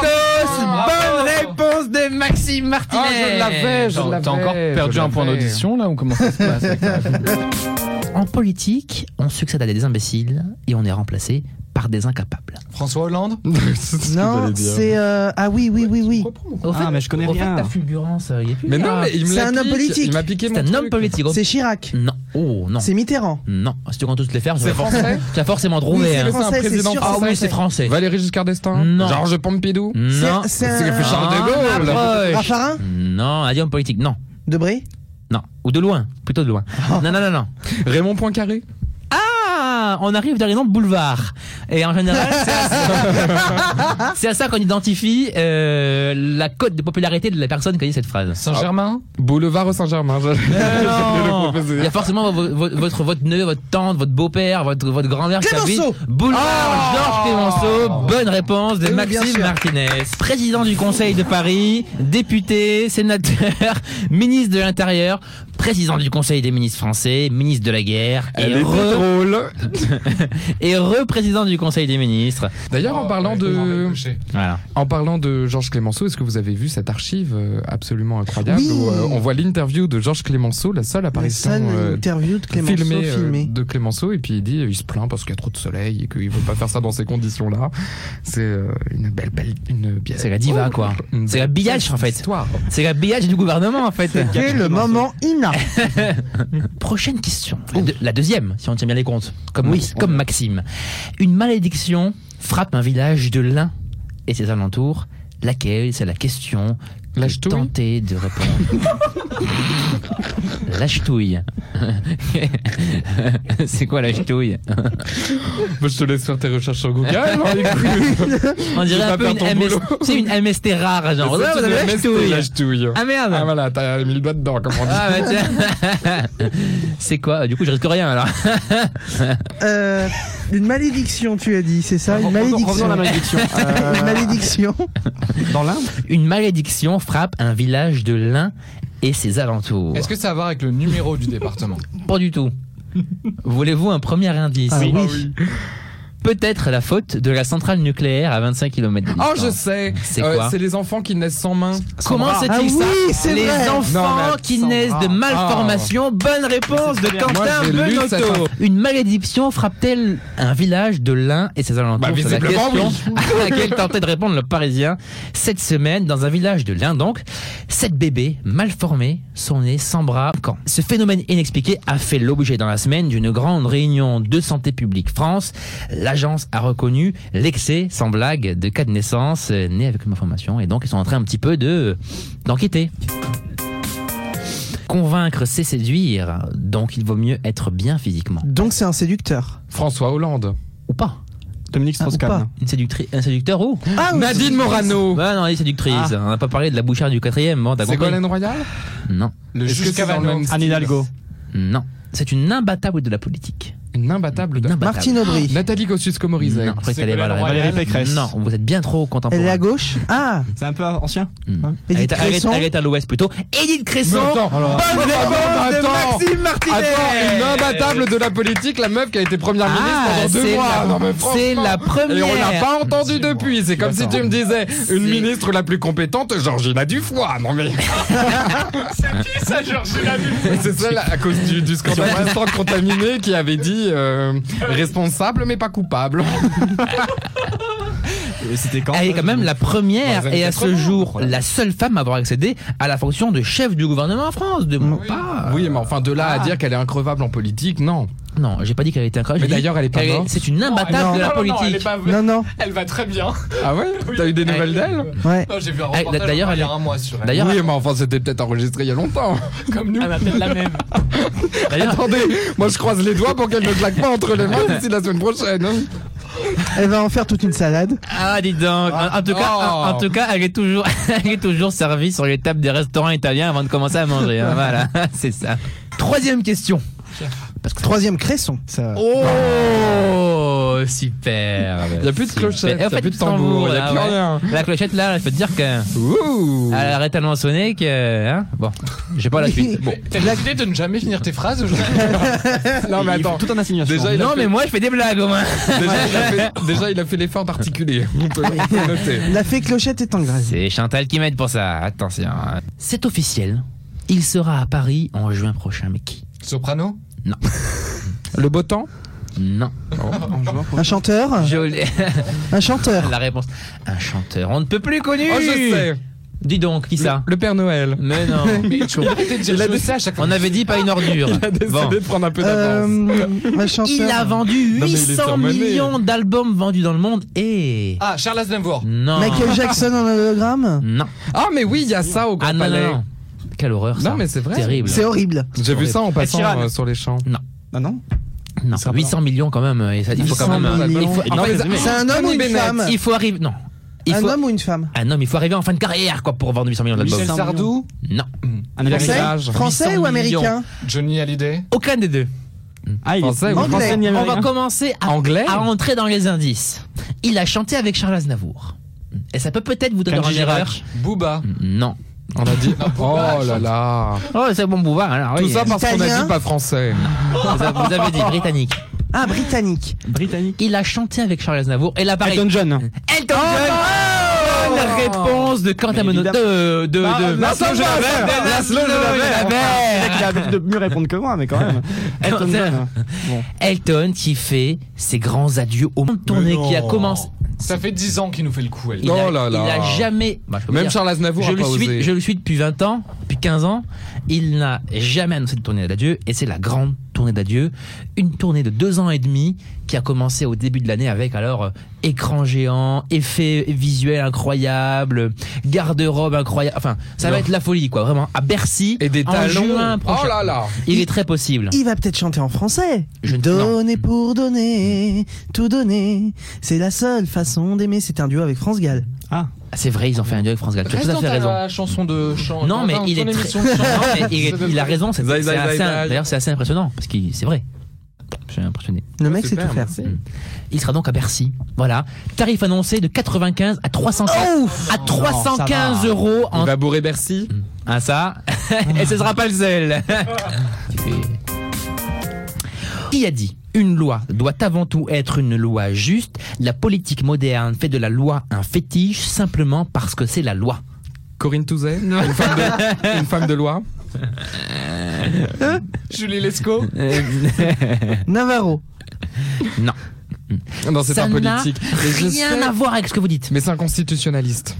S2: Bonne réponse de Maxime Martinet.
S3: Ah, je l'avais, je l'avais.
S7: T'as encore perdu
S3: je
S7: un point
S3: l'avais.
S7: d'audition là ou comment ça se passe avec ta-
S2: En politique, on succède à des imbéciles et on est remplacé par des incapables.
S8: François Hollande
S3: C'est ce que j'allais
S4: Non,
S3: dire.
S4: c'est euh, ah oui oui oui oui.
S2: Au
S5: Ah, mais je connais
S2: au
S5: rien.
S2: Fait, ta fulgurance, euh, il est plus
S3: Mais
S2: là.
S3: non, mais il me
S4: C'est
S3: l'a
S4: un
S3: piqué,
S4: homme politique.
S3: Il m'a piqué
S2: C'est
S3: mon
S2: un homme
S3: truc.
S2: politique.
S4: C'est Chirac.
S2: Non. Oh non.
S4: C'est Mitterrand.
S2: Non. Si tu comptes tous les faire, tu
S3: C'est
S2: vas forc-
S3: français
S2: tu vas forcément
S3: Oui,
S2: trouver.
S3: c'est
S2: hein.
S3: le un
S4: français, c'est
S3: président.
S4: sûr.
S2: Ah oui, c'est français.
S3: Valéry Giscard d'Estaing
S2: Non. Ah.
S3: Georges Pompidou
S4: C'est-
S2: Non.
S4: C'est euh,
S3: C'est
S4: un...
S3: fait Charles de Gaulle.
S2: Non, approche.
S4: Raffarin,
S2: Non, un homme politique. Non.
S4: Debré,
S2: Non. Ou de loin. Plutôt de loin.
S3: Ah.
S2: Non, non, non, non.
S3: Raymond Poincaré
S2: Ah, on arrive dans les noms de boulevards. Et en général, c'est à ça- c'est à ça, qu'on identifie euh, la cote de popularité de la personne qui a dit cette phrase.
S3: Saint-Germain Ah, Boulevard au Saint-Germain. je-
S2: Euh, non.
S3: je vais
S2: Il y
S3: le
S2: a
S3: proposer.
S2: forcément vo- vo- votre, votre neveu, votre tante, votre beau-père, votre, votre grand-mère qui habite.
S4: Clémenceau.
S2: Boulevard Georges Clémenceau. Bonne réponse de
S4: Oui, bien
S2: Maxime
S4: sûr.
S2: Martinez. Président du Conseil de Paris, député, sénateur, ministre de l'Intérieur, président du Conseil des ministres français, ministre de la guerre et,
S3: Elle est
S2: re-
S3: drôle.
S2: et re-président du Conseil des ministres.
S3: D'ailleurs,
S2: Oh,
S3: en parlant de,
S2: Voilà.
S3: en parlant de Georges Clémenceau, est-ce que vous avez vu cette archive euh, absolument incroyable
S4: Oui.
S3: où euh, on voit l'interview de Georges Clémenceau, la seule
S4: la
S3: apparition
S4: seule
S3: euh,
S4: interview de Clémenceau
S3: filmée,
S4: filmée.
S3: euh, de Clémenceau, et puis il dit, euh, il se plaint parce qu'il y a trop de soleil et qu'il veut pas faire ça dans ces conditions-là. C'est euh, une belle, belle, une pièce.
S2: C'est la diva, quoi.
S3: Oh. Une
S2: C'est la billage, en fait.
S3: Histoire.
S2: C'est la billage du gouvernement, en fait.
S4: Quel le moment ina
S2: Prochaine question. La, deux- la deuxième, si on tient bien les comptes. Comme, comme Maxime. Une malédiction frappe un village de l'Ain et ses alentours. Laquelle C'est la question que
S3: Lâche-touille
S2: tentez de répondre. la ch'touille. C'est quoi la ch'touille
S3: Moi, je te laisse faire tes recherches sur Google. hein, écoute.
S2: On dirait
S3: vas
S2: un peu
S3: faire
S2: une,
S3: ton
S2: MS
S3: boulot.
S2: c'est une MST rare, genre. Ouais, vous avez la
S3: MST,
S2: ch'touille.
S3: la ch'touille.
S2: Ah merde
S3: Ah voilà, t'as mis le doigt dedans, comme on dit.
S2: Ah bah tiens. C'est quoi Du coup, je risque rien alors.
S4: Euh, une malédiction, tu as dit, c'est ça Une
S5: Revenons
S4: malédiction. Euh,
S5: à la malédiction.
S4: Une malédiction.
S5: Dans l'Inde
S2: Une malédiction frappe un village de l'Ain et ses alentours.
S8: Est-ce que ça a à voir avec le numéro du département
S2: Pas du tout. Voulez-vous un premier indice
S4: Ah oui.
S2: Peut-être la faute de la centrale nucléaire à 25 km.
S3: Oh, je sais.
S2: C'est
S3: Euh,
S2: quoi
S3: C'est les enfants qui naissent sans main.
S2: Comment
S4: bras.
S2: c'est
S4: Ah oui,
S2: ça
S4: c'est
S2: Les
S4: vrai.
S2: enfants
S3: Non, mais
S2: qui
S3: sans
S2: naissent de
S3: bras.
S2: malformations. Bonne réponse de
S5: bien.
S2: Quentin
S3: Moi, j'ai lu cette
S2: Benotto.
S3: info.
S2: Une malédiction frappe-t-elle un village de l'Ain et ses alentours
S3: Bah,
S2: C'est la
S3: visiblement,
S2: question à laquelle tentait de répondre le Parisien cette semaine dans un village de l'Ain. Donc, sept bébés mal formés sont nés sans bras. Quand ce phénomène inexpliqué a fait l'objet dans la semaine d'une grande réunion de Santé publique France, l'agence a reconnu l'excès sans blague de cas de naissance euh, nés avec une malformation et donc ils sont en train un petit peu de d'enquêter. Convaincre, c'est séduire, donc il vaut mieux être bien physiquement.
S4: Donc c'est un séducteur.
S3: François Hollande.
S2: Ou pas.
S5: Dominique
S4: Ah, ou pas.
S5: Strauss-Kahn.
S2: Une séductrice, un séducteur ou
S4: Ah, oui,
S3: Nadine Morano.
S2: Bah non, les séductrices. On n'a pas parlé de la bouchère du quatrième, bon, t'as
S3: Ah. C'est
S2: compris
S3: Golden Royal
S2: Non,
S8: Le
S3: Est-ce que
S8: juge
S3: c'est dans le
S8: Cavano.
S3: même
S5: Anne Hidalgo.
S2: non. C'est une imbattable de la politique.
S3: Une imbattable. de-
S2: Une imbattable.
S4: Martine Aubry.
S3: Nathalie Kosciusko-Morizet.
S2: Non, je croyais que t'allais voir la
S8: Ségolène
S2: réponse.
S5: Valérie Pécresse.
S2: Non, vous êtes bien trop
S4: Elle est
S2: contemporain.
S4: à gauche. Ah,
S5: C'est un peu ancien
S2: Mm. Elle
S4: Edith
S2: est à- elle est-
S4: Cresson.
S2: elle est à l'ouest plutôt. Edith Cresson
S3: Hein, Mais attends,
S2: Bonne
S3: attends,
S2: réponse de
S3: attends,
S2: Maxime Martinet
S3: Attends, une imbattable de la politique, la meuf qui a été première ministre
S2: Ah,
S3: pendant deux
S2: c'est
S3: mois. Non, mais
S2: la,
S3: franchement.
S2: c'est la première
S3: Et on l'a pas entendu depuis. C'est comme si tu me disais une
S2: C'est-
S3: ministre la plus compétente, Georgina Dufoy. Non mais
S7: C'est qui ça, Georgina Dufour
S3: c'est ça là, à cause du, du scandale restant contaminé qui avait dit euh, responsable mais pas coupable.
S5: Et Euh, C'était quand
S2: Elle Ah, est quand même la première
S3: Dans les années
S2: et à ce
S3: 80,
S2: jour
S3: voilà.
S2: la seule femme à avoir accédé à la fonction de chef du gouvernement en France. De mon pas.
S3: Oui, mais enfin de là à dire qu'elle est increvable en politique, non.
S2: Non, j'ai pas dit qu'elle était incroyable.
S3: Mais
S2: j'ai dit
S3: d'ailleurs, elle est pas
S2: qu'elle
S3: morte.
S2: C'est une imbattable
S7: Ah Non,
S2: de la
S7: non, non,
S2: politique.
S7: elle est pas-
S4: non non.
S7: Elle va très bien.
S3: Ah ouais T'as eu des nouvelles d'elle
S4: Ouais.
S8: Non, j'ai vu un
S2: Eh,
S8: reportage
S2: d'ailleurs,
S8: encore il y
S2: elle
S8: a un mois sur elle.
S2: D'ailleurs,
S3: Oui, mais enfin c'était peut-être enregistré il y a longtemps.
S7: Comme nous. Elle m'appelle la même.
S2: d'ailleurs,
S3: Attendez, moi je croise les doigts pour qu'elle ne claque pas entre les mains d'ici la semaine prochaine. hein.
S4: Elle va en faire toute une salade.
S2: Ah, dis donc. En, en tout cas, en, en
S3: Oh.
S2: tout cas, elle est toujours, elle est toujours servie sur les tables des restaurants italiens avant de commencer à manger. hein. Voilà, c'est ça. Troisième question.
S4: Troisième Cresson.
S2: Oh, super.
S3: Il n'y a plus de clochette,
S2: Et en
S3: il n'y a
S2: fait,
S3: plus de tambour, il n'y a
S2: là,
S3: plus
S2: ouais.
S3: rien.
S2: La clochette là, il faut te dire que
S3: Ouh.
S2: elle arrête tellement de sonner que hein bon, j'ai pas la suite. Bon.
S8: T'as décidé de ne jamais finir tes phrases aujourd'hui
S3: Non, mais
S5: Il faut
S3: attends.
S5: Tout en assignation.
S3: Déjà, il a
S2: Non
S3: fait-
S2: mais moi je fais des blagues au moins.
S3: Déjà, il a fait- déjà, il a fait l'effort d'articuler. On peut on peut noter.
S4: La fée clochette est en grève.
S2: C'est Chantal qui m'aide pour ça. Attention. hein. C'est officiel. Il sera à Paris en juin prochain, mais qui
S8: Soprano
S3: Le beau temps
S2: Non.
S3: Oh,
S4: Un chanteur
S2: Joli.
S4: Un chanteur
S2: La réponse. Un chanteur. On ne peut plus connu.
S3: Oh, je sais.
S2: Dis donc, qui ça
S3: Le Père Noël.
S2: Mais non.
S8: Il a ça à chaque fois.
S2: On avait dit pas une ordure. Bon.
S3: Décidé de prendre un peu d'avance.
S4: Euh, Un chanteur
S2: Il a vendu
S3: Non, mais il est
S2: 800
S3: surmené.
S2: millions d'albums vendus dans le monde et
S8: Ah, Charles Aznavour.
S2: non.
S4: Michael Jackson en hologramme
S2: Non.
S3: Ah, mais oui, il y a ça au Grand
S2: Ah non,
S3: Palais.
S2: non, non. Quelle horreur ça.
S3: Non, mais c'est vrai.
S2: Terrible.
S4: C'est horrible.
S3: J'ai vu ça en passant
S5: Sheeran.
S3: euh, sur les champs.
S5: Ah non
S2: Non, 800 millions quand même. et ça- il faut quand
S4: 800
S2: même. euh,
S4: millions.
S2: Il faut,
S3: Non,
S2: en fait,
S3: mais-
S4: C'est un homme ou une femme
S2: il faut arriver. Non. Il
S4: Un
S2: faut,
S4: homme ou une femme
S2: Ah non, mais il faut arriver en fin de carrière quoi pour vendre 800 millions d'albums.
S8: Michel
S5: Bob.
S8: Sardou.
S2: Non.
S5: Un américain
S3: Héritage.
S4: Français
S2: 800
S4: ou américain
S8: Johnny Hallyday.
S2: Aucun des deux.
S5: Ah, il est
S3: Français ou
S5: français,
S4: anglais
S5: ni
S2: On
S5: américain.
S2: va commencer à,
S3: Anglais
S2: à entrer dans les indices. Il a chanté avec Charles Aznavour. Et ça peut peut-être vous donner
S5: Kenji
S2: une erreur.
S8: Booba.
S2: Non.
S3: On a dit. Oh
S8: pas,
S3: là là.
S2: Oh, c'est bon Bouvard. Alors,
S3: Tout
S2: oui,
S3: ça parce qu'on a
S4: Italien.
S3: dit pas français.
S2: vous, a- vous avez dit britannique.
S4: Ah, britannique.
S5: Britannique.
S2: Il a chanté avec Charles Aznavour. Et là, pareil.
S5: Elton John.
S2: Elton John. Bonne réponse de Quentin
S5: Mais
S2: Mono.
S5: évidemment.
S2: De, de, de,
S5: Laszlo Gelaber.
S2: de-
S5: Laszlo Gelaber.
S2: Gelaber.
S5: Il a l'habitude de mieux répondre que moi, mais quand même. Elton John.
S2: Elton qui fait ses grands adieux au monde tourné qui a commencé.
S8: Ça fait 10 ans qu'il nous fait le coup, elle.
S2: Il, a,
S3: Oh là là.
S2: il a jamais. bah, je peux
S3: Même
S2: dire,
S3: Charles Aznavour
S2: je
S3: a
S2: le,
S3: pas
S2: suis,
S3: osé.
S2: je le suis depuis 20 ans, depuis 15 ans. Il n'a jamais annoncé de tournée d'adieu et c'est la grande tournée d'adieu. Une tournée de deux ans et demi qui a commencé au début de l'année avec alors euh, écran géant, effets visuels incroyables, garde-robe incroyable. Enfin, ça va être la folie quoi, vraiment. À Bercy,
S3: Et des
S2: en
S3: talons.
S2: juin
S3: Oh
S2: prochain.
S3: là là.
S2: Il est très possible.
S4: Il va peut-être chanter en français.
S2: Je-
S4: Donner pour donner, tout donner, c'est la seule façon d'aimer. C'est un duo avec France Gall.
S2: Ah, C'est vrai, ils ont fait un duo avec France Gall. Tu as
S8: Reste
S2: tout à
S8: dans
S2: fait
S8: ta
S2: raison.
S8: chanson de chant.
S2: Non, mais
S8: Dans
S2: il est
S8: ton
S2: très-
S8: émission de chant.
S2: Non, mais il,
S8: Ça
S2: il a
S8: fait-
S2: raison. c'est-
S3: Zai,
S2: c'est
S3: zai,
S2: assez-
S3: zai, zai.
S2: D'ailleurs, c'est assez impressionnant parce que c'est vrai. Je suis impressionné.
S4: Le mec, c'est tout
S3: super,
S4: faire.
S2: Il sera donc à Bercy. Voilà. Tarif annoncé de 95 à 315, à 315 euros en.
S3: Il va bourrer Bercy.
S2: Ah, ça Et ce sera pas le seul Qui a dit Une loi doit avant tout être une loi juste. La politique moderne fait de la loi un fétiche simplement parce que c'est la loi.
S3: Corinne Touzet. Une femme de, une femme de loi.
S2: Euh,
S8: Julie Lescaut.
S4: Navarro.
S3: Non, c'est
S2: Ça
S3: pas
S2: n'a
S3: politique. Mais je
S2: Rien
S3: sais.
S2: à voir avec ce que vous dites.
S3: Mais c'est un constitutionnaliste.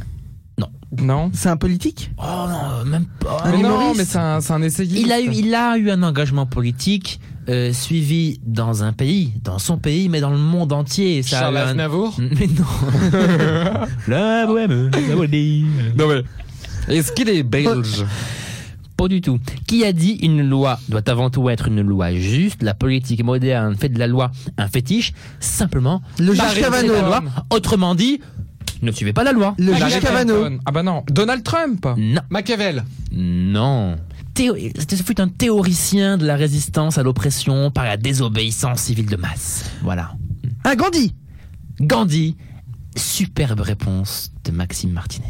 S2: Non.
S3: Non
S4: C'est un politique
S2: Oh non, même pas.
S4: Un
S3: mais non,
S4: humoriste
S3: mais c'est un, c'est un essayiste.
S2: Il a eu, il a eu un engagement politique euh, suivi dans un pays, dans son pays, mais dans le monde entier. Et Ça
S8: Charles
S2: a eu un-
S8: Aznavour.
S2: Mais non. la bohème, la bohème.
S3: Non, mais. Est-ce qu'il est belge
S2: Pas du tout. Qui a dit une loi doit avant tout être une loi juste La politique moderne fait de la loi un fétiche, simplement.
S4: Le
S2: par
S4: juge
S2: respect de la
S4: Cavano.
S2: loi. Autrement dit, ne suivez pas la loi.
S4: Le
S8: Ah,
S4: juge
S8: Hillary
S4: Cavano.
S3: Ah bah non. Donald Trump
S2: Non,
S8: Machiavel.
S2: non. Théo- C'était ce fut un théoricien de la résistance à l'oppression par la désobéissance civile de masse. Voilà.
S4: Un Gandhi.
S2: Gandhi. Superbe réponse de Maxime Martinez.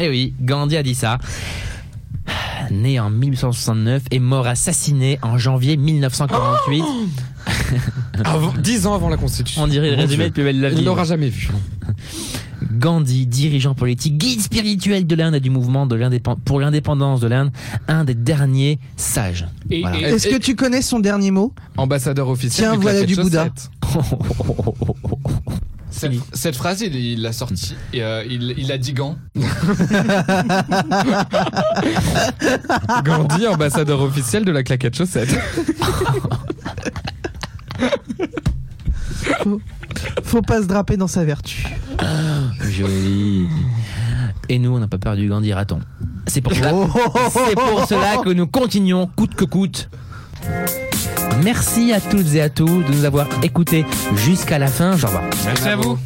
S2: Eh oui, Gandhi a dit ça. Né en 1869 et mort assassiné en janvier 1948.
S3: avant, Dix ans avant la Constitution.
S2: On dirait le
S3: Mon
S2: résumé
S3: Dieu.
S2: de plus belle de la
S3: Il
S2: vie.
S3: l'aura jamais vu.
S2: Gandhi, dirigeant politique, guide spirituel de l'Inde et du mouvement de l'indépen- pour l'indépendance de l'Inde, un des derniers sages.
S7: Et,
S2: Voilà.
S7: et-
S3: Et-
S4: Est-ce que tu connais son dernier mot
S3: Ambassadeur officiel.
S4: Tiens,
S3: du
S4: voilà
S3: claquet
S4: du
S3: de
S4: Bouddha.
S3: chaussettes.
S8: Cette, cette phrase, il- il l'a sortie. et, euh, il, il a dit gant.
S3: Gandhi, ambassadeur officiel de la claquette chaussette.
S4: Faut pas se draper dans sa vertu.
S2: Joli. Et nous, on n'a pas peur du Gandhi raton. C'est pour,
S4: Oh
S2: cela- c'est pour cela que nous continuons coûte que coûte. Merci à toutes et à tous de nous avoir écoutés jusqu'à la fin. J'en
S7: Merci à vous.